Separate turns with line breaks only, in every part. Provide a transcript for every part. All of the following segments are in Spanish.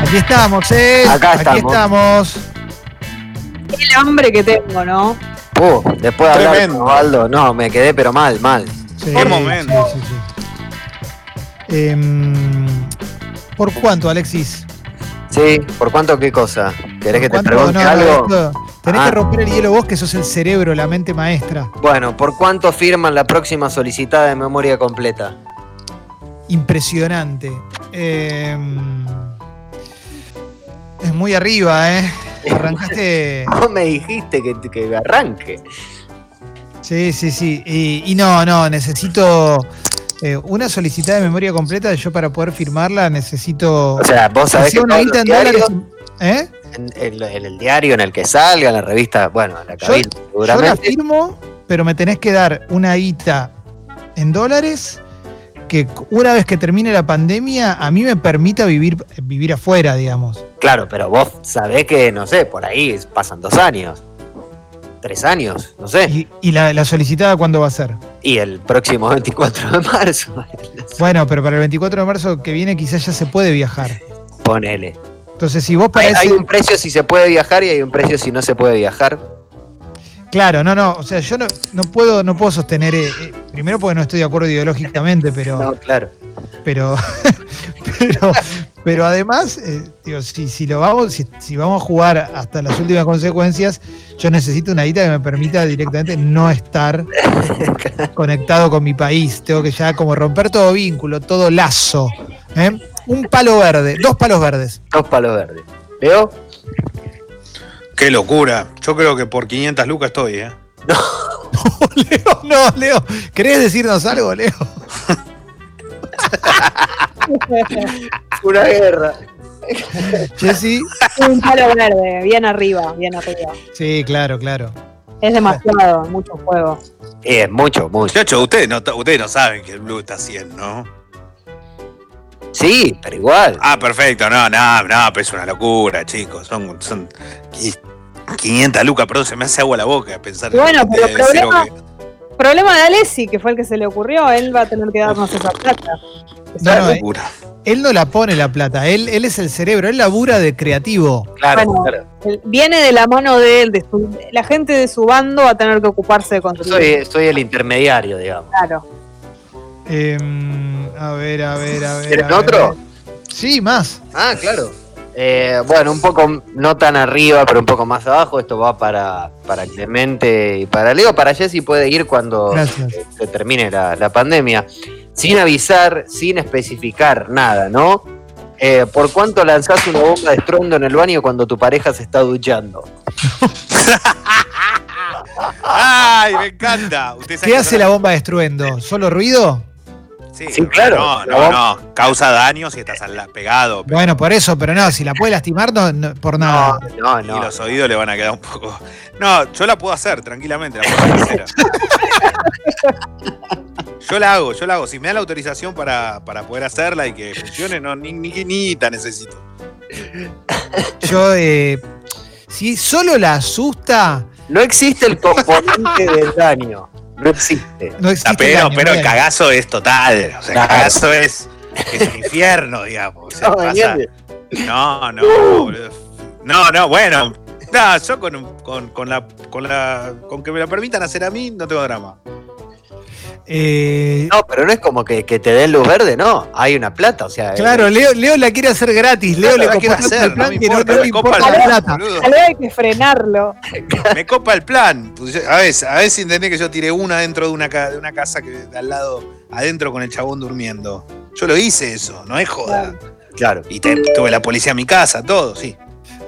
Aquí estamos, ¿eh?
Acá
Aquí
estamos.
estamos.
El hambre que tengo, ¿no?
Uh, después de hablar con
Tremendo.
Osvaldo, no, me quedé pero mal, mal.
Sí,
Por momento.
sí, sí, sí. Em, ¿Por cuánto, Alexis?
Sí, ¿por cuánto qué cosa? ¿Querés que te
¿Cuánto?
pregunte
No, no,
algo?
esto- tenés que
Ah.
romper el hielo vos, que sos el cerebro, la mente maestra.
Bueno, ¿por cuánto firman la próxima solicitada de memoria completa?
Impresionante. Em, es muy arriba, ¿eh? Arrancaste.
Vos me dijiste que, que arranque.
Sí, sí, sí. Y, y no, no, necesito eh, una solicitada de memoria completa. Yo para poder firmarla necesito.
O sea, vos sabés
Hacía
que
una
todos
guita
los
en
diarios,
dólares. ¿Eh?
en, en lo- en el diario en el que salga, en la revista, bueno, en la
Yo-
cabina,
Yo la
seguramente.
firmo, pero me tenés que dar una guita en dólares que c- una vez que termine la pandemia a mí me permita vivir, vivir afuera, digamos.
Claro, pero vos sabés que, no sé, por ahí es- pasan dos años, tres años, no sé.
¿Y, y la, la solicitada cuándo va a ser?
Y el próximo 24 de marzo,
Bueno, pero para el 24 de marzo que viene quizás ya se puede viajar.
ponele.
Entonces, si vos para
Hay,
ese-
hay un precio si se puede viajar y hay un precio si no se puede viajar.
Claro, no, no, o sea, yo no, no puedo no puedo sostener, eh, eh, primero porque no estoy de acuerdo ideológicamente, pero...
No, claro.
pero pero, pero además eh, digo, si, si lo vamos si, si vamos a jugar hasta las últimas consecuencias yo necesito una guita que me permita directamente no estar conectado con mi país tengo que ya como romper todo vínculo todo lazo ¿eh? un palo verde dos palos verdes
Dos palos verdes. ¿Leo?
Qué locura. Yo creo que por 500 lucas estoy, ¿eh?
Leo no Leo ¿querés decirnos algo Leo?
Una guerra.
Jessy
Un palo verde, bien arriba, bien arriba.
sí claro claro
Es demasiado, mucho juego.
Y es mucho, mucho.
Muchachos, ustedes no, ustedes no saben que el Blue está 100, ¿no?
Sí, pero igual.
Ah, perfecto. No, no, no, pero es una locura, chicos. Son, son qui- 500 lucas, perdón, se me hace agua la boca pensar. en
Bueno,
lo que
pero
ustedes dijeron
problema- Problema de Alessi, que fue el que se le ocurrió, él va a tener que darnos esa plata.
que-
No, no,
Una locura.
él no la pone la plata él, él es el cerebro él labura de creativo
Claro,
bueno.
claro.
Él- Viene de la mano de él, de su- la gente de su bando va a tener que ocuparse con
Yo
su
soy, soy el intermediario, digamos.
claro.
Em, a ver a ver a ver
¿Querés
a ver.
otro?
Sí, más.
Ah, claro. Eh, bueno, un poco, no tan arriba, pero un poco más abajo. Esto va para, para Clemente y para Leo. Para Jessy puede ir cuando
Gracias.
eh, se termine la, la pandemia. Sin avisar, sin especificar nada, ¿no? Eh, ¿Por cuánto lanzás una bomba de estrondo en el baño cuando tu pareja se está duchando?
¡Ay, me encanta! Ustedes saben
¿Qué
que
hace
no-
la bomba de estruendo? ¿Solo ruido?
Sí,
Sí, claro.
No,
La
no, no. Causa daño si estás al la- pegado. pero-
Bueno, por eso, pero no, si la puede lastimar, no, no- por nada.
Ah, no,
Y
no.
los oídos le van a quedar un poco. No, yo la puedo hacer tranquilamente. La puedo hacer casera. yo la hago, yo la hago. Si me dan la autorización para, para poder hacerla y que funcione, no, ni, ni, ni tan necesito.
Yo, eh, si solo la asusta,
No existe el componente del daño. No existe.
no existe.
Ah, pero
daño,
pero el
bueno.
cagazo es total. O sea, el
Claro.
cagazo es, es un infierno, digamos. O sea,
No, Uh.
pasa-
Daniel.
no, no, boludo. No, no, bueno. No, yo con, un- con, con la, con la. con que me la permitan hacer a mí, no tengo drama.
Eh,
No, pero no es como que, que te den luz verde, no. Hay una plata, o sea.
Claro,
eh,
Leo, Leo la quiere hacer gratis. Leo
Claro,
le
la
compró
quiero hacer,
el plan
no me
que no,
importa,
no le
me
importa
copa
la
la
plata.
boludo.
Tal vez hay que frenarlo.
Me copa el plan. Pues yo- A veces, a veces entendés que yo tiré una dentro de una, ca- de una casa que de al lado, adentro con el chabón durmiendo. Yo lo hice eso, no es joda.
claro.
Y te- tuve la policía en mi casa, todo, sí.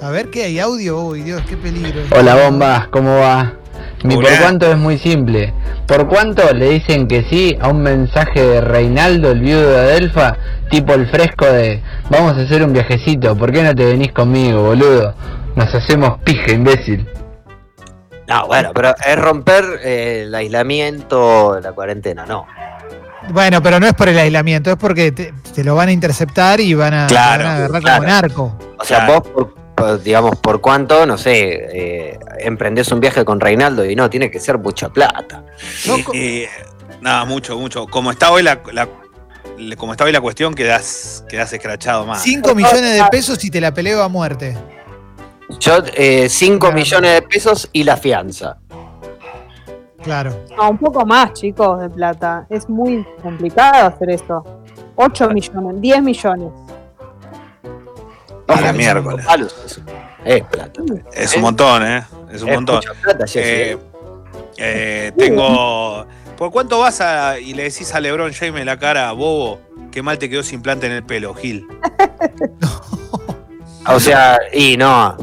A ver qué hay audio. Uy, Dios, qué peligro.
Hola bombas, ¿cómo va? Mi por
Hola.
cuánto es muy simple. ¿Por cuánto le dicen que sí a un mensaje de Reinaldo, el viudo de Adelfa, tipo el fresco de vamos a hacer un viajecito, ¿por qué no te venís conmigo, boludo? Nos hacemos pija, imbécil.
No, bueno, pero es romper eh, el aislamiento, la cuarentena, no.
Bueno, pero no es por el aislamiento, es porque te, te lo van a interceptar y van a, te
Claro,
van a agarrar
claro.
como narco.
O sea,
Claro.
vos, por- por- digamos, por cuánto, no sé, eh, emprendés un viaje con Reinaldo y no, tiene que ser mucha plata.
Yo co-
Eh, eh, nada, mucho, mucho. Como está hoy la, la- le- como estaba hoy la cuestión, quedás, quedás escrachado más.
5 millones de pesos y te la peleo a muerte.
Yo, 5
Claro.
millones de pesos y la fianza.
Claro.
No, un poco más, chicos, de plata. Es muy complicado hacer eso. 8 millones, 10 millones.
A la
Para mí
miércoles.
son palos eso. Es plata.
Es un montón, ¿eh? Es un
Es
montón.
mucha plata, Jessy,
Eh,
eh.
eh, tengo. ¿Por cuánto vas a, y le decís a LeBron James en la cara, bobo, que mal te quedó sin planta en el pelo, Gil?
O sea, y no.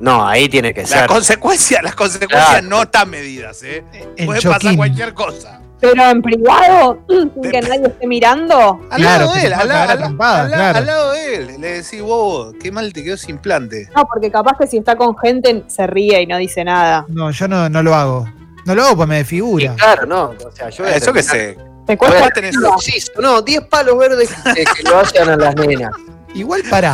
No, ahí tiene que
Las
ser.
consecuencias, las consecuencias
Claro.
no están medidas, ¿eh?
El
Puede pasar
choquín.
cualquier cosa.
Pero en privado, sin que nadie esté mirando.
Al
Claro,
lado
que te
de él,
puede
al,
cagar
la-
a
al la-
trompadas,
al la-
claro.
al lado de él. Le decís, bobo, qué mal te quedó sin plante.
No, porque capaz que si está con gente se ríe y no dice nada.
No, yo no, no lo hago. No lo hago porque me
Y
desfigura.
claro, no. O sea, yo voy a
Eso que
terminar-
sé.
Te
voy a
cuesta.
Vos tenés-
terminar oxiso. No, 10 palos verdes que, que lo hacen a las nenas.
Igual pará.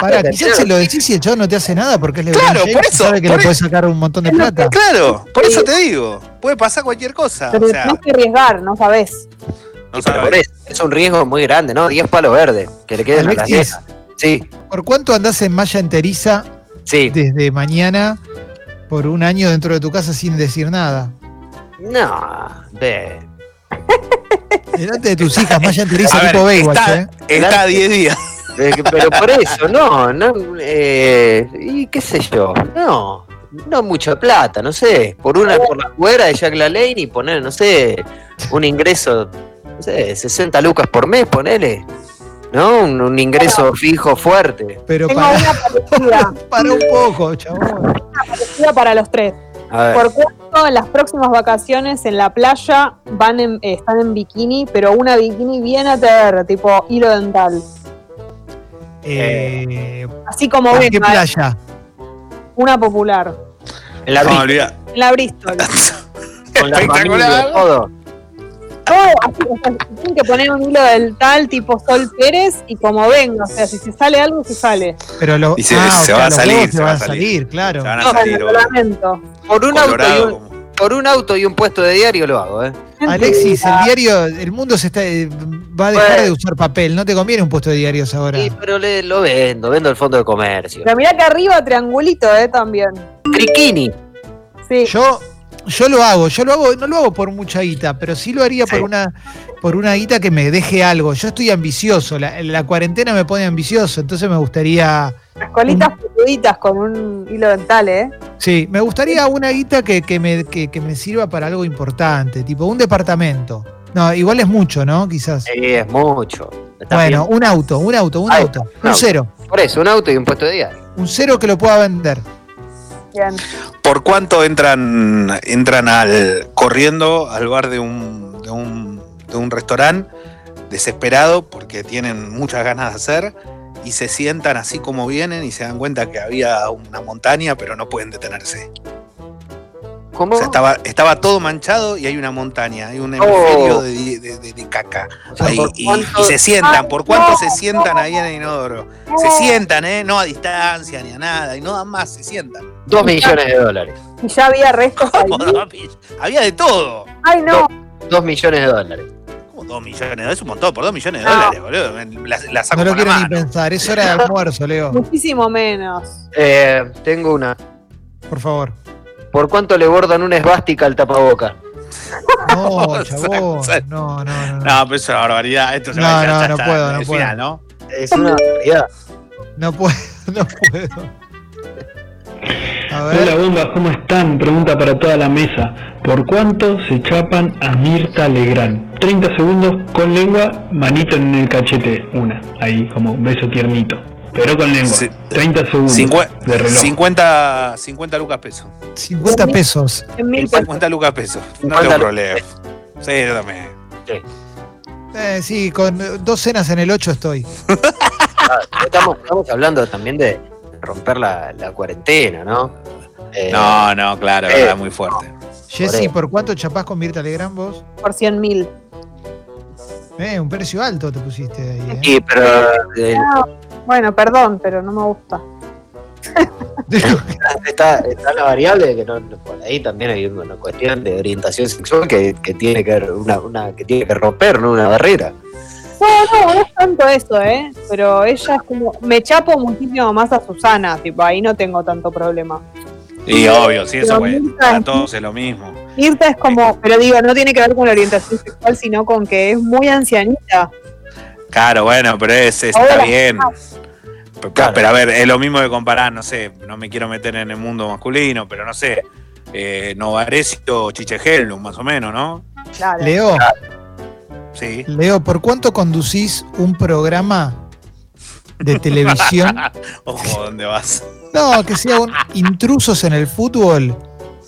Pará, quizás se lo decís y el chavo no te hace nada porque es LeBron
Claro,
James
por
y
eso,
sabe que
por
le puede sacar un montón de
Es lo que-
plata.
Claro, por eso te digo. Puede pasar cualquier cosa.
Pero
O sea,
tenés que arriesgar, no sabés.
no
Pero por
sabés.
eso, es un riesgo muy grande, ¿no? 10 palos verdes que le queden a las
Alexis,
nenas. Sí,
¿por cuánto andás en malla enteriza
sí.
desde mañana por un año dentro de tu casa sin decir nada?
No, de.
Delante de tus hijas, malla enteriza
A ver,
tipo Baywatch,
está,
¿eh?
está a 10 días.
Eh, que- Pero por eso, no, no, eh, y qué sé yo, no, no mucha plata, no sé, por una, por la fuera de Jack LaLanne y poner, no sé, un ingreso, no sé, 60 lucas por mes, ponele, ¿no? Un, un ingreso fijo fuerte.
Pero
Tengo
para,
una parecida,
para un poco, chabón.
parecida para los tres.
A ver,
¿Por cuánto en las próximas vacaciones en la playa van en- eh, están en bikini, pero una bikini bien ATR, tipo hilo dental?
Eh,
Así como
¿para
ven,
¿Qué
¿eh?
playa?
una popular.
en la
No,
brisa,
olvidá.
En la Bristol.
con la
espectacular.
familia, todo.
Todo así, o sea, tienen que poner un hilo dental tipo Sol Pérez y como venga. O sea, si se sale algo, se sale.
Pero lo,
Y se-
ah,
se
o sea,
va a
los
salir,
huevos
se
se
va
van
a
a
salir.
salir, claro.
Se van a
No,
salir,
lo
boludo.
lamento.
Por un, auto y
Colorado,
un,
como-
por un auto y un puesto de diario lo hago, ¿eh?
Alexis, el diario, el mundo se está, eh, va a dejar
Bueno.
de usar papel, no te conviene un puesto de diarios ahora.
Sí, pero le- lo vendo, vendo el fondo de comercio.
Pero mirá que arriba triangulito, ¿eh? También.
Triquini,
Sí.
Yo, yo lo hago, yo lo hago, no lo hago por mucha guita, pero sí lo haría por
Sí.
una, por una guita que me deje algo. Yo estoy ambicioso, la, la cuarentena me pone ambicioso, entonces me gustaría,
Las colitas peluditas con un hilo dental, ¿eh?
sí, me gustaría una guita que, que me, que- que me sirva para algo importante, tipo un departamento. No, igual es mucho, ¿no? Quizás.
sí, es mucho. Eh, Está
bueno, un auto, un auto, un
Ahí
auto,
un
un
auto.
cero,
bien. por eso, un auto y un puesto de diario.
un cero que lo pueda vender.
Bien.
¿Por cuánto entran, entran al, corriendo al bar de un, de un, de un restaurante desesperado porque tienen muchas ganas de hacer y se sientan así como vienen y se dan cuenta que había una montaña pero no pueden detenerse?
¿Cómo?
O sea, estaba, estaba todo manchado y hay una montaña, hay un hemisferio
Oh.
de, de- de- de caca.
O sea,
Ahí,
¿por
y,
cuánto- Ah, Oh.
y se sientan,
Ay,
¿por cuánto
no,
se sientan ahí en el inodoro? Se sientan, ¿eh? No a distancia ni a nada, y no dan más, se sientan.
Dos millones de dólares.
Y ya había restos ahí.
Como dos mill- Había de todo.
Ay, no.
Dos millones de dólares.
Como dos millones de dólares, es un montón, por dos millones de
No.
dólares, boludo. me- La, la saco
No lo
con la
quiero ni
mano.
pensar, es hora de almuerzo, Leo,
Muchísimo menos.
Eh, tengo una.
por favor.
¿Por cuánto le bordan una esvástica al tapaboca?
No,
No,
chabón,
sal- sal-
no, no, no. no.
No, pero es una barbaridad. Esto se
No,
va a- ya-
no,
ya
no
está,
puedo, no
el
puedo.
final, ¿no?
Es una barbaridad.
No puedo, no puedo. A
Hola
ver,
bomba, ¿cómo están? Pregunta para toda la mesa. ¿Por cuánto se chapan a Mirta Legrand? 30 segundos con lengua, manito en el cachete, una, ahí como un beso tiernito. Pero con lengua,
Sí.
30
Mm,
segundos
Cincue-
de reloj.
50, 50 lucas pesos.
50 pesos.
En mil pesos.
50 lucas pesos.
50
No tengo
lucas
problema. Sí, yo también.
Eh, sí, con eh, dos cenas en el 8 estoy.
Estamos, estamos hablando también de romper la, la cuarentena, ¿no? Eh,
No, no, claro,
Eh.
verdad, muy fuerte.
Jessy, ¿por cuánto chapás con Mirta Legrand vos?
Por cien mil.
Eh, un precio alto te pusiste ahí. eh.
Y, pero eh,
Bueno, perdón, pero no me gusta.
Digo,
está, está la variable de que no, no- por ahí también hay una cuestión de orientación sexual que, que tiene que una, una que tiene que romper ¿no? una barrera.
No, no, no es tanto eso, ¿eh? Pero ella es como. Me chapo muchísimo más a Susana, tipo, ahí no tengo tanto problema.
Y obvio, sí, eso,
Pero
güey.
nunca-
Para todos es lo mismo.
Irta es como. Pero digo, no tiene que ver con la orientación sexual, sino con que es muy ancianita.
Claro, bueno, pero es, es-
Ahora,
está bien.
ah.
Pero,
Claro.
pero a ver, es lo mismo que comparar, no sé, no me quiero meter en el mundo masculino, pero no sé, eh, Novarecio Chichegellum, más o menos, ¿no?
Claro.
Leo,
Sí.
Leo, ¿por cuánto conducís un programa de televisión?
Ojo, ¿dónde vas?
No, que sea un intrusos en el fútbol,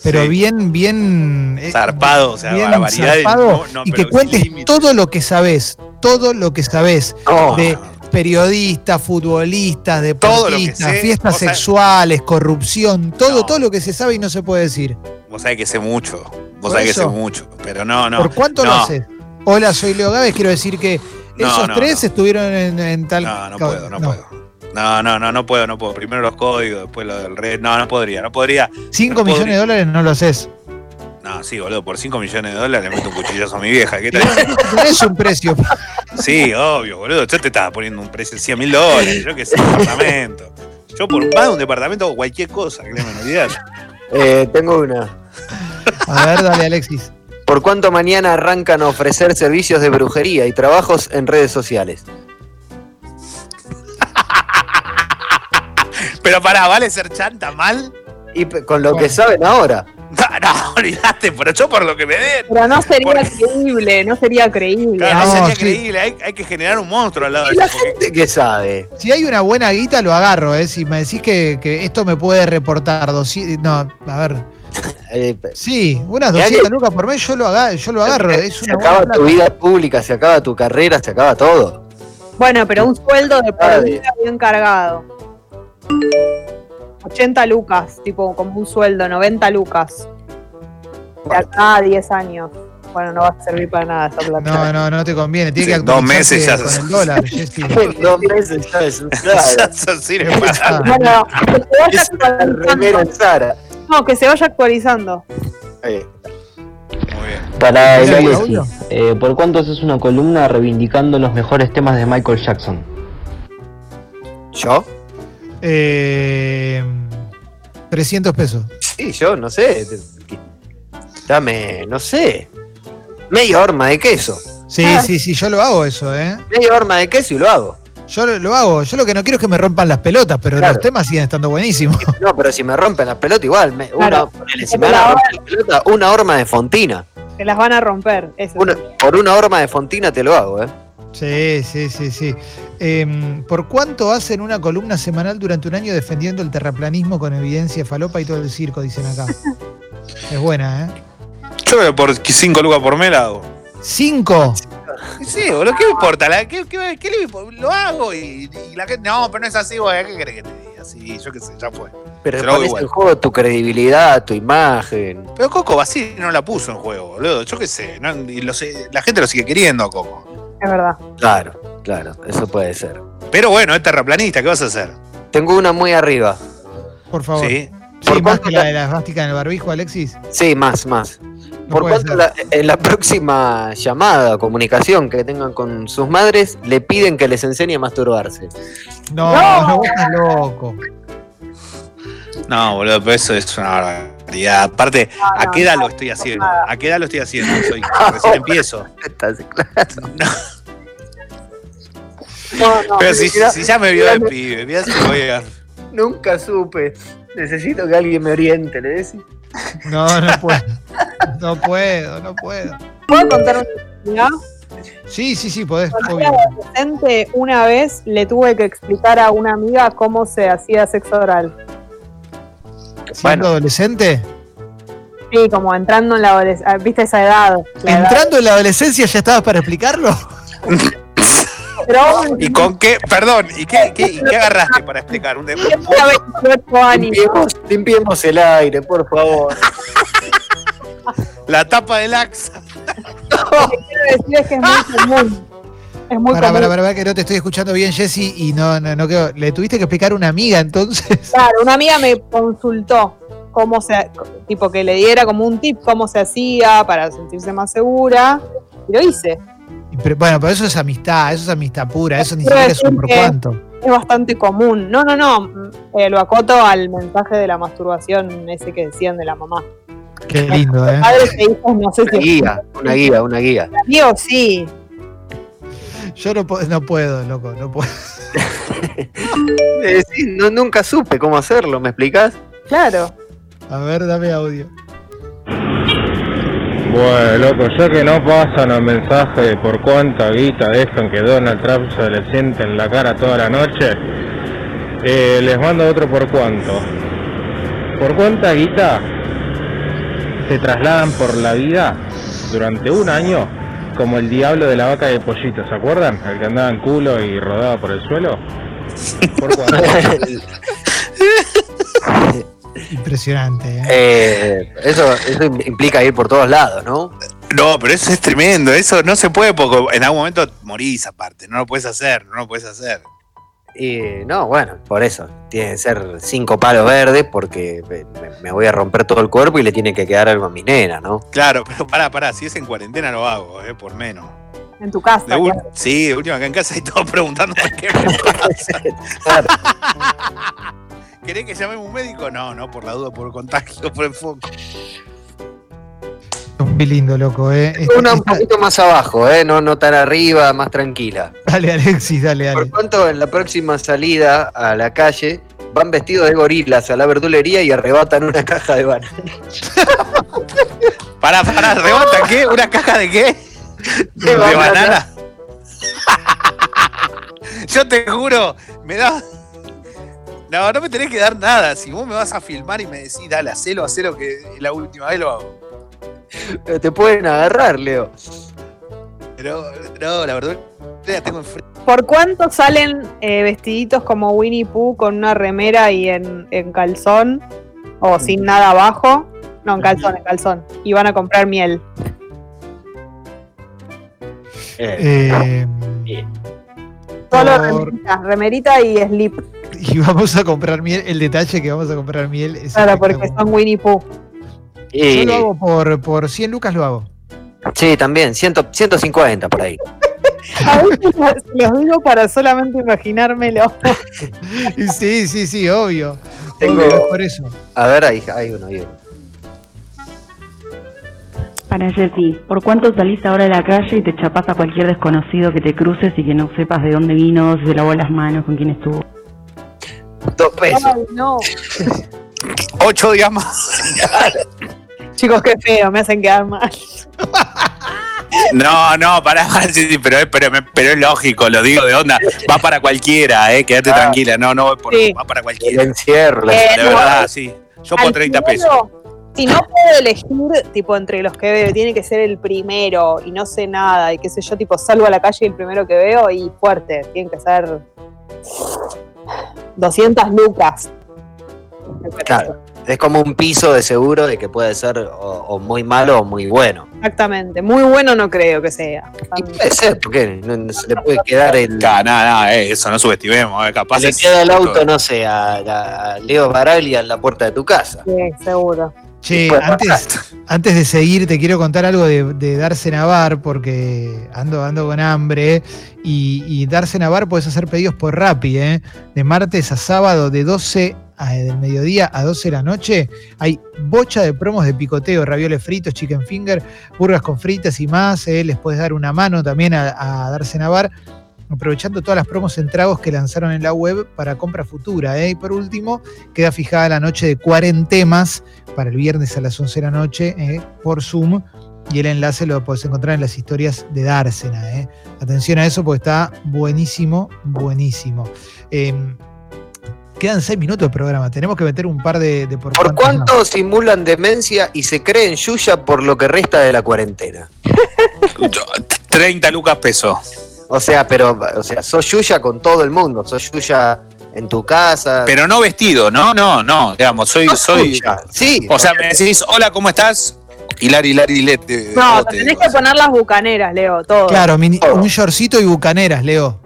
pero
Sí.
bien, bien. eh,
Zarpado, o sea,
bien
barbaridad. y
zarpado,
no- no,
y que
pero
cuentes
sin límite.
todo lo que sabes, todo lo que sabes
No,
de periodistas, futbolistas,
Todo lo que
deportistas,
sé,
fiestas
o sea-
sexuales, corrupción, todo,
No.
todo lo que se sabe y no se puede decir.
Vos sabés que sé mucho,
Por
vos sabés que sé
eso.
mucho, pero no, no.
¿Por cuánto lo
no,
haces? Hola, soy Leo Gávez, quiero decir que
No,
esos
no,
tres
no.
estuvieron en, en tal...
No, no
ca-
puedo, no, puedo. No, no, no, no puedo, no puedo. Primero los códigos, después lo del red. No, no podría, no podría.
Cinco
No
millones de
podría.
dólares no lo haces.
No, sí, boludo, por 5 millones de dólares le meto un cuchillazo a mi vieja. ¿Qué tal?
Tenés un precio.
Sí, obvio, boludo. Yo te estaba poniendo un precio de 100 mil dólares. Yo qué sé, un departamento. Yo por más de un departamento hago cualquier cosa, Clemen, olvidate.
eh, tengo una.
A ver, dale, Alexis.
¿Por cuánto mañana arrancan a ofrecer servicios de brujería y trabajos en redes sociales?
Pero pará, ¿vale ser chanta mal?
Y pe- con lo que saben ahora.
No, no, olvidate, pero yo por lo que me den.
Pero no sería
Porque-
creíble, no sería creíble.
Claro,
No,
no sería
sí.
creíble, hay, hay que generar un monstruo al lado de este,
La
eso, porque-
gente que sabe.
Si hay una buena guita, lo agarro, ¿eh? Si me decís que, que esto me puede reportar 200... No, a ver.
Eh, pe-
Sí, unas
Mirá
200 lucas por mes yo lo, aga- yo lo agarro. Es
se
una
acaba
buena
tu
plata.
vida pública, se acaba tu carrera, se acaba todo.
Bueno, pero un sueldo de por
Claro.
vida bien cargado. 80 lucas, tipo, como un sueldo, 90 lucas. De acá a 10 años. Bueno, no va a servir para nada esa
No,
plata.
no, no te conviene. Tiene que
Sí, dos meses
actualizarse
ya-
con el dólar, Jessy.
En dos meses ya es un
Ya son sin embargo.
Bueno, que se vaya
Es una remera
actualizando.
en Zara.
No, que se vaya actualizando.
Eh,
Muy bien.
Para el
Mira,
Alexis,
Claudio.
eh, ¿por cuánto haces una columna reivindicando los mejores temas de Michael Jackson?
¿Yo?
Eh, 300 pesos.
Sí, yo no sé. Dame, no sé. Media horma de queso.
Sí,
Ah.
sí, sí, yo lo hago eso, ¿eh?
Media horma de queso y lo hago.
Yo lo- lo hago. Yo lo que no quiero es que me rompan las pelotas, pero
Claro.
los temas siguen estando buenísimos.
No, pero si me rompen la pelota igual. me- una,
Claro.
ponele, si me van a romper la pelota, una horma de fontina.
Se las van a romper. Eso.
Una- por una horma de fontina te lo hago, ¿eh?
Sí, sí, sí, sí. Em, ¿Por cuánto hacen una columna semanal durante un año defendiendo el terraplanismo con evidencia falopa y todo el circo, dicen acá? Es buena, ¿eh?
Yo creo que por 5 lucas por mes la hago.
Cinco.
Sí, boludo, ¿qué me importa? La- ¿Qué, qué- qué le impo- Lo hago y, y la gente. No, pero no es así, güey. ¿Qué querés que te diga? Sí, yo qué sé, ya fue.
Pero
Te lo hago
pones
igual.
en juego tu credibilidad, tu imagen.
Pero Coco Basile no la puso en juego, boludo. Yo qué sé. no- y lo sé- la gente lo sigue queriendo a Coco.
Es verdad.
Claro, claro, eso puede ser.
Pero bueno, es terraplanista, ¿qué vas a hacer?
Tengo una muy arriba.
Por favor. Sí,
Sí.
¿Por
más
cuánto
que la
la-
de la esvástica en el barbijo, Alexis.
Sí, más, más.
No
Por
puede
cuanto
ser.
la- en la próxima llamada o comunicación que tengan con sus madres, le piden que les enseñe a masturbarse.
No,
No.
no, vos estás loco.
No, boludo, pero eso es una barbaridad. Aparte, ¿a
no,
qué edad lo estoy haciendo? ¿A qué edad lo estoy haciendo? Soy, recién empiezo.
Estás-
No, no,
Pero si,
mira,
si ya me vio de
mira,
pibe, mirá si voy a.
Nunca supe. Necesito que alguien me oriente, le decís.
No, no puedo. No puedo, no puedo.
¿Puedo contar una historia?
Sí, sí, sí, podés.
Cuando
obvio.
era adolescente, una vez le tuve que explicar a una amiga cómo se hacía sexo oral.
Siendo
Bueno.
adolescente.
Sí, como entrando en la adolescencia, viste esa edad. La edad.
Entrando en la adolescencia ya estabas para explicarlo.
Pero
¿Y con qué? Perdón, ¿y qué, qué- y qué agarraste para explicar? Un de-
yo tenía 28 años.
Limpiemos, limpiemos el aire, por favor.
la tapa del AXA.
Lo que quiero decir es que es muy común. Es muy
Para,
común.
para, para, que no te estoy escuchando bien, Jessy, y no, no, no quedo. Le tuviste que explicar a una amiga entonces.
Claro, una amiga me consultó cómo se, tipo que le diera como un tip cómo se hacía para sentirse más segura. Y lo hice.
Y pero- bueno, pero eso es amistad, eso es amistad pura, eso ni
Quiero
siquiera es un
decir
por
que-
cuánto.
Es bastante común. No, no, no. eh, lo acoto al mensaje de la masturbación ese que decían de la mamá.
Qué lindo,
Ah.
¿eh?
Padres e hijos, no sé
Una
si
guía, una guía, una guía.
Digo, sí.
Yo no, po- no puedo, loco, no puedo.
Eh, sí, no, nunca supe cómo hacerlo, ¿me explicás?
Claro.
A ver, dame audio.
Bueno, loco, ya que no pasan el mensaje de por cuánta guita dejan que Donald Trump se le siente en la cara toda la noche, eh, les mando otro por cuánto. ¿Por cuánta guita se trasladan por la vida durante un año como el diablo de la vaca de pollito? ¿Se acuerdan? El que andaba en culo y rodaba por el suelo. ¿Por cuánto?
Impresionante, ¿eh?
Eh, eso, eso im- implica ir por todos lados, ¿no?
No, pero eso es tremendo. Eso no se puede porque en algún momento morís aparte. No lo puedes hacer, no lo puedes hacer.
Y no, bueno, por eso. Tiene que ser cinco palos verdes porque me, me- me voy a romper todo el cuerpo y le tiene que quedar algo a mi nena, ¿no?
Claro, pero pará, pará. Si es en cuarentena lo hago, eh, por menos.
En tu casa.
De un- sí, de última acá en casa y todos preguntando qué me pasa. ¿Querés que llamemos un médico? No, no, por la duda, por contagio, por el foco.
Muy lindo, loco, ¿eh? Esta-
Una un
esta-
poquito más abajo, ¿eh? No, no tan arriba, más tranquila.
dale, Alexis, dale,
Por
dale.
cuanto en la próxima salida a la calle van vestidos de gorilas a la verdulería y arrebatan una caja de banana.
Pará, pará, rebota, ¿qué? ¿Una caja de qué? ¿De,
banana.
banana? Yo te juro, me da. No, no me tenés que dar nada. Si vos me vas a filmar y me decís, dale, hacelo, hacelo, que es la última vez lo hago.
Pero Te pueden agarrar, Leo.
Pero, no, la verdad, la tengo enfrente.
¿Por cuánto salen eh, vestiditos como Winnie Pooh con una remera y en, en calzón? O sin nada abajo. No, en calzón, en calzón. Y van a comprar miel.
Eh,
Solo
por-
remerita, remerita y slip.
y vamos a comprar miel. El detalle que vamos a comprar miel es.
Claro, porque
espectacular.
son Winnie Pooh.
Y-
Yo lo hago por, por 100 lucas, lo hago.
sí, también, 100 150 por ahí.
A veces los- los digo para solamente imaginármelo.
Y Sí, sí, sí, obvio.
Tengo-
Obvio, es por eso.
A ver, ahí hay uno, ahí.
Para Jessy, ¿por cuánto salís ahora a la calle y te chapás a cualquier desconocido que te cruces y que no sepas de dónde vino, si se lavó las manos, con quién estuvo?
Dos
Ah.
pesos.
Ay, no.
Ocho días más.
Chicos, qué feo, me hacen quedar mal.
No, no, pará, sí, sí, pero, es- pero, me- pero es lógico, lo digo de onda. Va para cualquiera, eh, quédate
Ah.
tranquila. No, no, voy por,
Sí.
va para
El
cualquiera.
encierro. la-
Eh,
De
no,
verdad, sí. Yo por
Al
30 pesos.
primero, Si no puedo elegir, tipo, entre los que veo, tiene que ser el primero y no sé nada, y qué sé yo, tipo, salgo a la calle y el primero que veo y fuerte, tienen que ser 200 lucas. Me parece.
Claro. Es como un piso de seguro de que puede ser o, o muy malo o muy bueno.
Exactamente. Muy bueno no creo que sea.
Y puede ser, porque no, no se le puede quedar el.
Nada, nada, eh, eso no subestimemos, eh, capaz.
Le
es-
queda el auto, no sé, a, la- a Leo Baraglia en la puerta de tu casa.
Sí, seguro.
Che,
Bueno,
antes, antes de seguir, te quiero contar algo de, de darse navar, porque ando, ando con hambre. Y, y darse navar puedes hacer pedidos por Rappi, ¿eh? De martes a sábado, de 12 a- del mediodía a 12 de la noche, hay bocha de promos de picoteo, ravioles fritos, chicken finger, burgas con fritas y más. ¿eh? Les puedes dar una mano también a, a darse navar. Aprovechando todas las promos en tragos que lanzaron en la web para compra futura. ¿eh? Y por último, queda fijada la noche de cuarentemas para el viernes a las 11 de la noche eh, por Zoom. Y el enlace lo podés encontrar en las historias de Dársena. eh. Atención a eso porque está buenísimo, buenísimo. Eh, quedan seis minutos de programa. Tenemos que meter un par de, de por,
¿Por
cuántos más.
cuánto simulan demencia y se creen Yuya por lo que resta de la cuarentena?
Yo- 30 lucas peso.
O sea, pero, o sea, sos Yuya con todo el mundo, sos Yuya en tu casa.
Pero no vestido, no, no, no. Digamos, soy.
sos
soy
Yuya, Sí.
o sea, me decís, hola, ¿cómo estás? Hilar, hilar, hilete.
No,
bote,
tenés que
vas.
poner las bucaneras, Leo, todo.
Claro, mini- un shortcito y bucaneras, Leo.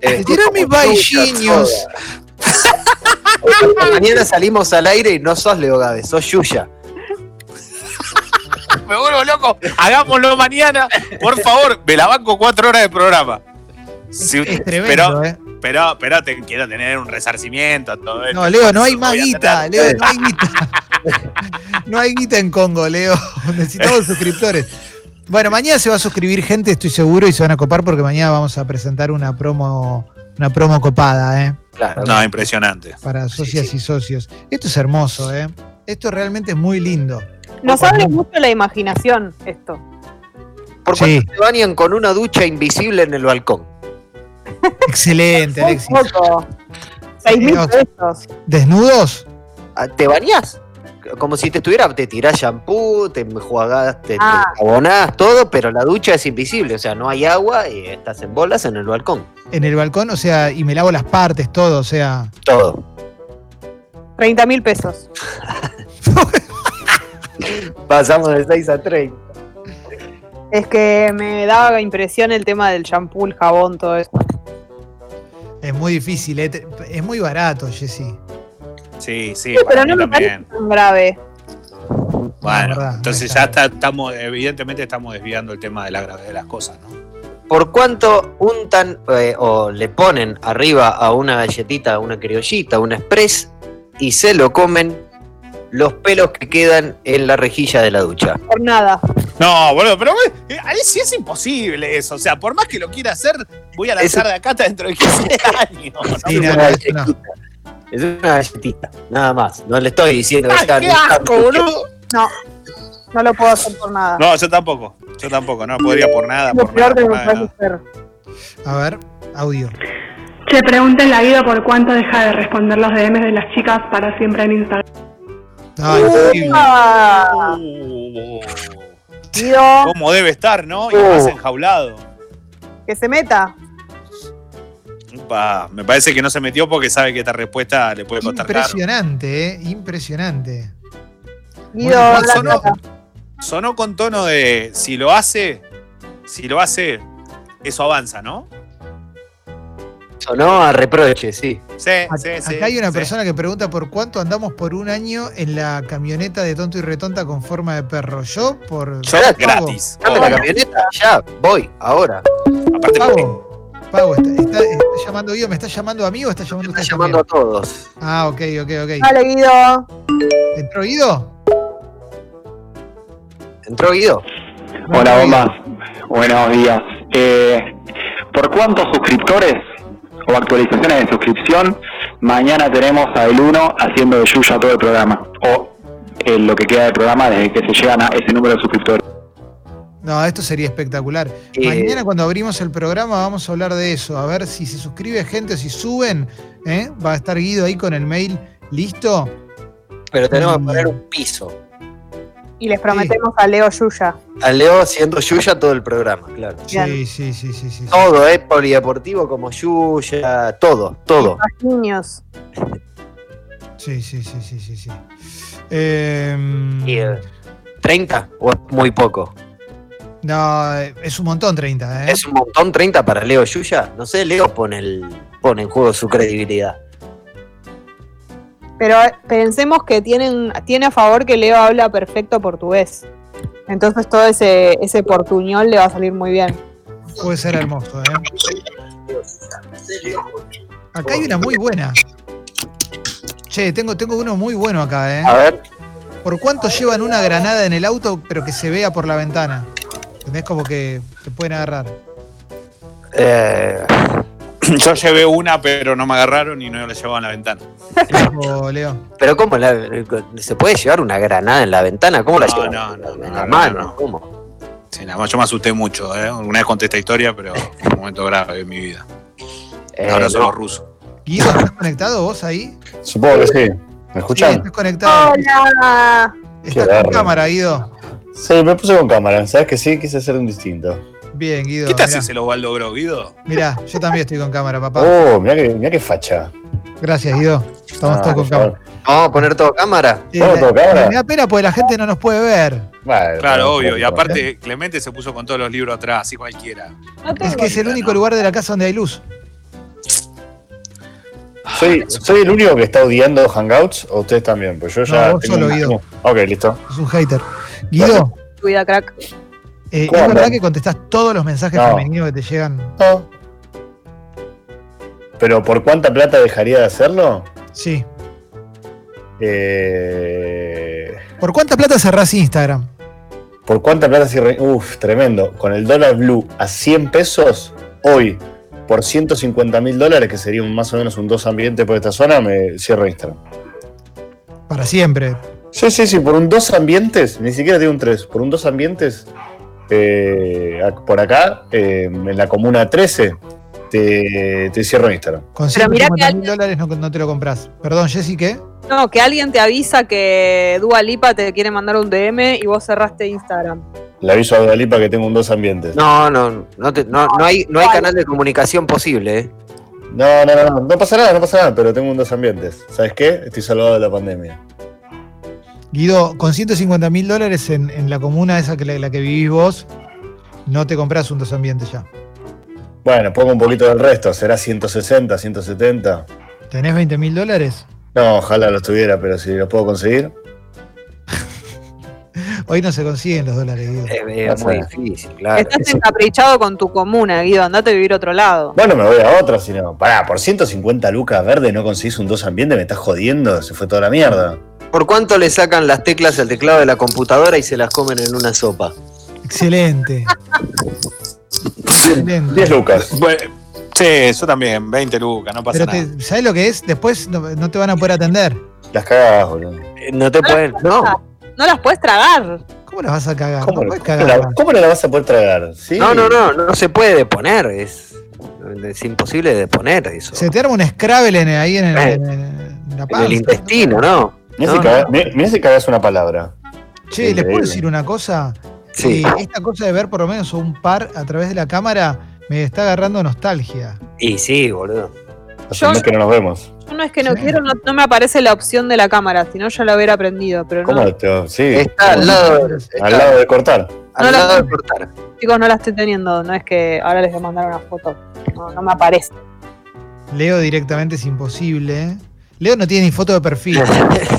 Eh,
Tirá mis bailliños.
Mañana salimos al aire y no sos Leo Gávez, sos Yuya.
Me vuelvo loco. Hagámoslo mañana. Por favor, me la banco cuatro horas de programa. Sí,
Es
pero,
tremendo, ¿eh?
pero, pero te quiero tener un resarcimiento a todo esto.
No, Leo, no hay
Voy
más
a
guita,
tener-
Leo, no hay guita. No hay guita en Congo, Leo. Necesitamos suscriptores. Bueno, mañana se va a suscribir gente, estoy seguro, y se van a copar porque mañana vamos a presentar una promo, una promo copada, ¿eh?
Claro.
No, impresionante.
Para socias
sí.
y socios. Esto es hermoso, ¿eh? Esto realmente es muy lindo.
Nos abre mucho la imaginación esto.
¿Por
Sí.
cuánto te bañan con una ducha invisible en el balcón?
Excelente,
Muy
Alexis.
poco. Seis mil
Dios.
pesos.
¿Desnudos?
Ah, ¿Te bañás? Como si te estuviera, te tirás shampoo, te enjuagás, te, te
Ah.
jabonás, todo, pero la ducha es invisible, o sea, no hay agua y estás en bolas en el balcón.
En el balcón, o sea, y me lavo las partes, todo, o sea.
Todo.
30 mil pesos.
Pasamos de 6 a 30.
Es que me daba impresión el tema del shampoo, el jabón, todo eso.
Es muy difícil, ¿eh? Te- es muy barato, Jessy.
Sí, sí,
Pero
para
no
mí
me parece
también.
tan grave.
La verdad,
Bueno,
no
entonces
está
ya está- estamos, evidentemente estamos desviando el tema de la gravedad de las cosas, ¿no?
¿Por cuánto untan eh, o le ponen arriba a una galletita, a una criollita, a un express y se lo comen los pelos que quedan en la rejilla de la ducha?
Por nada.
No, boludo, pero eh, ahí sí es imposible eso. O sea, por más que lo quiera hacer, voy a lanzar
Eso-
de acá hasta dentro de 15 años. ¿no?
Sí, no,
es
no,
una
no.
galletita. Es una galletita, nada más. No le estoy diciendo que
Ay,
sea
¡Ah, qué
ni
asco,
tan-
boludo!
No. No lo puedo hacer por nada.
No, yo tampoco. Yo tampoco, no podría por nada,
es lo
por nada,
peor que
por
me
nada,
puedes
nada.
hacer.
A ver, audio.
Se pregunta en la vida por cuánto deja de responder los DMs de las chicas para siempre en Instagram.
Ay, terrible.
Ah,
Uh,
Guido,
¿Cómo debe estar, no? Y más enjaulado.
que se meta.
Pa, me parece que no se metió porque sabe que esta respuesta le puede costar caro.
Impresionante, ¿eh? Impresionante.
Guido,
Bueno,
la
eso no.
plata.
Sonó con tono de si lo hace, si lo hace, eso avanza, ¿no?
Sonó a reproche, sí.
Sí,
Ac-
sí, sí.
Acá hay una
sí.
persona que pregunta por cuánto andamos por un año en la camioneta de tonto y retonta con forma de perro. Yo por.
Yo
pago.
gratis.
Dame la camioneta, ya, voy, ahora.
Aparte,
Pago. Pago. Está, está- está llamando Guido. ¿Me está llamando a mí o está llamando
Está
usted
llamando a todos.
también? Ah, ok, ok, ok.
Dale, Guido.
¿Entró Guido?
¿Entró Guido?
Hola, bombas. Buenos días. Eh, ¿Por cuántos suscriptores o actualizaciones de suscripción mañana tenemos a El 1 haciendo de Yuya todo el programa? O eh, lo que queda del programa desde que se llegan a ese número de suscriptores.
No, esto sería espectacular.
Eh,
Mañana cuando abrimos el programa vamos a hablar de eso, a ver si se suscribe gente o si suben, ¿eh? va a estar Guido ahí con el mail listo.
Pero tenemos que
Mm.
poner un piso.
Y les prometemos a Leo Yuya.
A Leo siendo Yuya todo el programa, claro.
Sí,
Bien.
sí, sí, sí, sí. sí.
Todo, ¿eh? Polideportivo como Yuya, todo, todo.
Más niños.
Sí, sí, sí, sí, sí, sí. Em,
Y, eh, ¿30 o es muy poco?
¿Eh?
no, eh, es un montón 30, ¿eh?
Es un montón 30 para Leo Yuya. No sé, Leo pone, el, pone en juego su credibilidad.
Pero eh, pensemos que tienen, tiene a favor que Leo habla perfecto portugués. Entonces todo ese, ese portuñol le va a salir muy bien.
Puede ser hermoso, ¿eh? Acá hay una muy buena. Che, tengo, tengo uno muy bueno acá, ¿eh?
A ver,
¿Por cuánto llevan una granada en el auto pero que se vea por la ventana? ¿Entendés? Como que te pueden agarrar.
eh,
yo llevé una, pero no me agarraron y no la llevaban a la ventana.
Tipo, Leo.
pero ¿cómo la- se puede llevar una granada en la ventana? ¿Cómo la
No,
llevan?
no, no, no,
En
no,
la
no,
mano,
no.
¿cómo?
Sí, nada más, yo me asusté mucho, ¿eh? Una vez conté esta historia, pero fue un momento grave en mi vida.
Eh,
Ahora
no.
somos rusos.
Guido, ¿estás conectado vos ahí?
Supongo que sí. ¿Me
Sí, estás conectado.
¡Hola!
Estás
Qué
con
barro.
cámara, Guido.
Sí, me puse con cámara. ¿Sabes que sí? Quise hacer un distinto.
Bien, Guido.
¿Qué te
mirá.
haces el Osvaldo Gro, Guido?
Mirá,
Oh,
yo también estoy con cámara, papá.
Oh, mira que, mirá que facha.
Gracias, Guido. Estamos
Ah,
todos con
por favor.
cámara.
Vamos a poner todo cámara.
Eh,
¿Puedo
la-
tocar ahora?
Me da pena porque la gente no nos puede ver.
Bueno,
Claro, obvio. Y
bueno.
aparte, Clemente se puso con todos los libros atrás, así cualquiera.
No tengo
Es que es el
Bonita,
único
¿no?
lugar de la casa donde hay luz.
¿Soy, ¿Soy el único que está odiando Hangouts o ustedes también? Pues yo ya
No, vos solo, Guido.
Ok, listo.
Es un hater. Guido,
tu vida, crack.
eh, ¿es
¿Cómo?
verdad que contestás todos los mensajes
No.
femeninos que te llegan?
No. Pero ¿por cuánta plata dejaría de hacerlo?
Sí.
Eh,
¿Por cuánta plata cerrás Instagram?
¿Por cuánta plata si re- Uf, tremendo. Con el dólar blue a 100 pesos, hoy, por 150 mil dólares, que sería un- más o menos un 2 ambiente por esta zona, me cierro Instagram.
Para siempre.
Sí, sí, sí, por un 2 ambientes, ni siquiera digo un 3, por un 2 ambientes, eh, ac- por acá, eh, en la comuna 13, te, te cierro Instagram.
Con
Pero mirá que
150 mil dólares no, no te lo compras. Perdón, Jessy, ¿qué?
No, que alguien te avisa que Dua Lipa te quiere mandar un DM y vos cerraste Instagram.
Le aviso a Dalipa que tengo un 2 ambientes.
No, no, no, te- no, no hay, no hay canal de comunicación posible. ¿eh?
No, no, no, no, no pasa nada, no pasa nada, pero tengo un 2 ambientes. ¿Sabes qué? Estoy salvado de la pandemia.
Guido, con 150 mil dólares en, en la comuna esa que la, la que vivís vos, no te compras un dos ambientes ya.
Bueno, pongo un poquito del resto, será 160, 170.
¿Tenés 20 mil dólares?
No, ojalá lo tuviera, pero si lo puedo conseguir.
Hoy no se consiguen los dólares, Guido.
Eh.
Es, es
Pasa
muy
nada.
difícil, claro.
Estás encaprichado con tu comuna, Guido. Andate a vivir a otro lado.
Bueno, me voy a otra, si no. Pará, por 150 lucas verde no conseguís un 2 ambiente, me estás jodiendo, se fue toda la mierda.
¿Por cuánto le sacan las teclas al teclado de la computadora y se las comen en una sopa?
Excelente. Excelente.
10 lucas.
Bueno, sí, yo también, 20 lucas, no pasa
Pero
nada.
te, ¿sabes lo que es? Después no, no te van a poder atender.
Las cagás, boludo.
Eh, No te pueden. No,
No las puedes tragar.
¿Cómo las vas a cagar?
¿Cómo,
Ah, no puedes
cómo la,
cagar.
cómo la vas a poder tragar? ¿Sí?
no, no, no, no se puede poner. Es, es imposible de poner eso.
Se te arma un Scrabble en- ahí en, el-
Eh.
en- en la
En
panza.
el intestino, ¿no?
Mirá,
No,
si cagás, mirá- mirá si cagás una palabra.
Che, ¿les puedo decir una cosa?
Sí.
Eh, esta cosa de ver por lo menos un par a través de la cámara me está agarrando nostalgia.
Y sí, boludo.
Hace un mes que no nos vemos.
Yo no es que no
Sí.
quiero, no, no me aparece la opción de la cámara, si no ya lo hubiera aprendido. Pero no,
¿Cómo te- Sí.
Está al lado,
Al
está
lado de cortar.
al
No la-
lado de cortar.
chicos, no la estoy teniendo. No es que ahora les voy a mandar una foto. No, no me aparece.
Leo directamente es imposible. ¿eh? Leo no tiene ni foto de perfil. Este,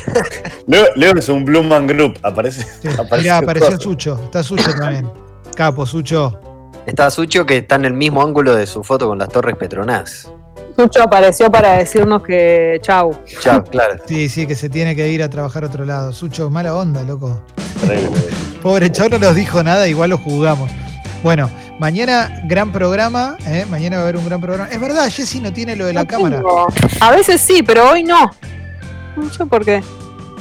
Leo, Leo es un Blue Man Group. Aparece. aparece
Mirá, apareció
todo.
Sucho. Está Sucho también. Capo, Sucho.
Está Sucho que está en el mismo ángulo de su foto con las Torres Petronas.
Sucho apareció para decirnos que chau.
Chao, claro.
Sí, sí, que se tiene que ir a trabajar a otro lado. Sucho, mala onda, loco.
Increíble.
Pobre Chau no nos dijo nada, igual lo jugamos. Bueno, mañana gran programa. ¿eh? Mañana va a haber un gran programa. Es verdad, Jessy no tiene lo de la
No
cámara.
tengo. A veces sí, pero hoy no. No sé por qué.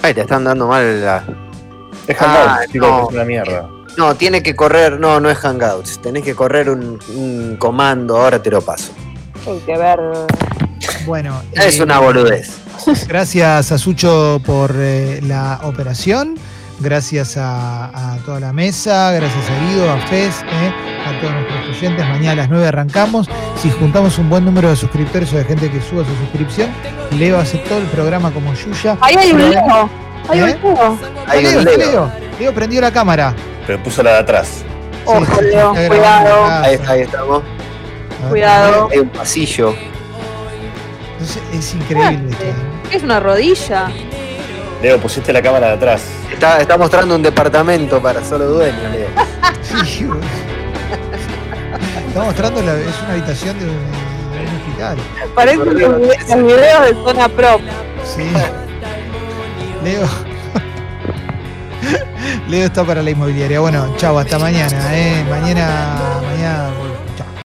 Ay, te están dando mal la.
Es
Ah,
Hangouts, chicos,
no.
es una mierda.
No, tiene que correr. No, no es Hangouts. Tenés que correr un, un comando. Ahora te lo paso.
Hay que ver.
Bueno,
Es
eh,
una boludez.
Gracias a Sucho por eh, la operación, gracias a, a toda la mesa, gracias a Guido, a Fez, eh, a todos nuestros oyentes. Mañana a las 9 arrancamos. Si juntamos un buen número de suscriptores o de gente que suba su suscripción, Leo hace todo el programa como Yuya.
Ahí hay un
Pero-
Leo. Hay un
¿Eh?
Leo.
Hay
Leo,
un Leo.
Leo. Leo prendió la cámara.
Pero puso la de atrás.
Ojo, Leo,
está grabando
cuidado.
en casa.
Ahí está, ahí estamos.
Ah,
Cuidado.
Hay un pasillo.
Entonces, es increíble. esto, ¿eh?
Es una rodilla.
Leo, pusiste la cámara de atrás.
Está, está mostrando un departamento para solo dueños, Leo.
este, Sí, güey. Está mostrando, la- es una habitación de un, de un hospital.
Parecen los vide- los videos de zona prop.
Sí. Leo. Leo está para la inmobiliaria. Bueno, chau, hasta mañana. ¿eh? Mañana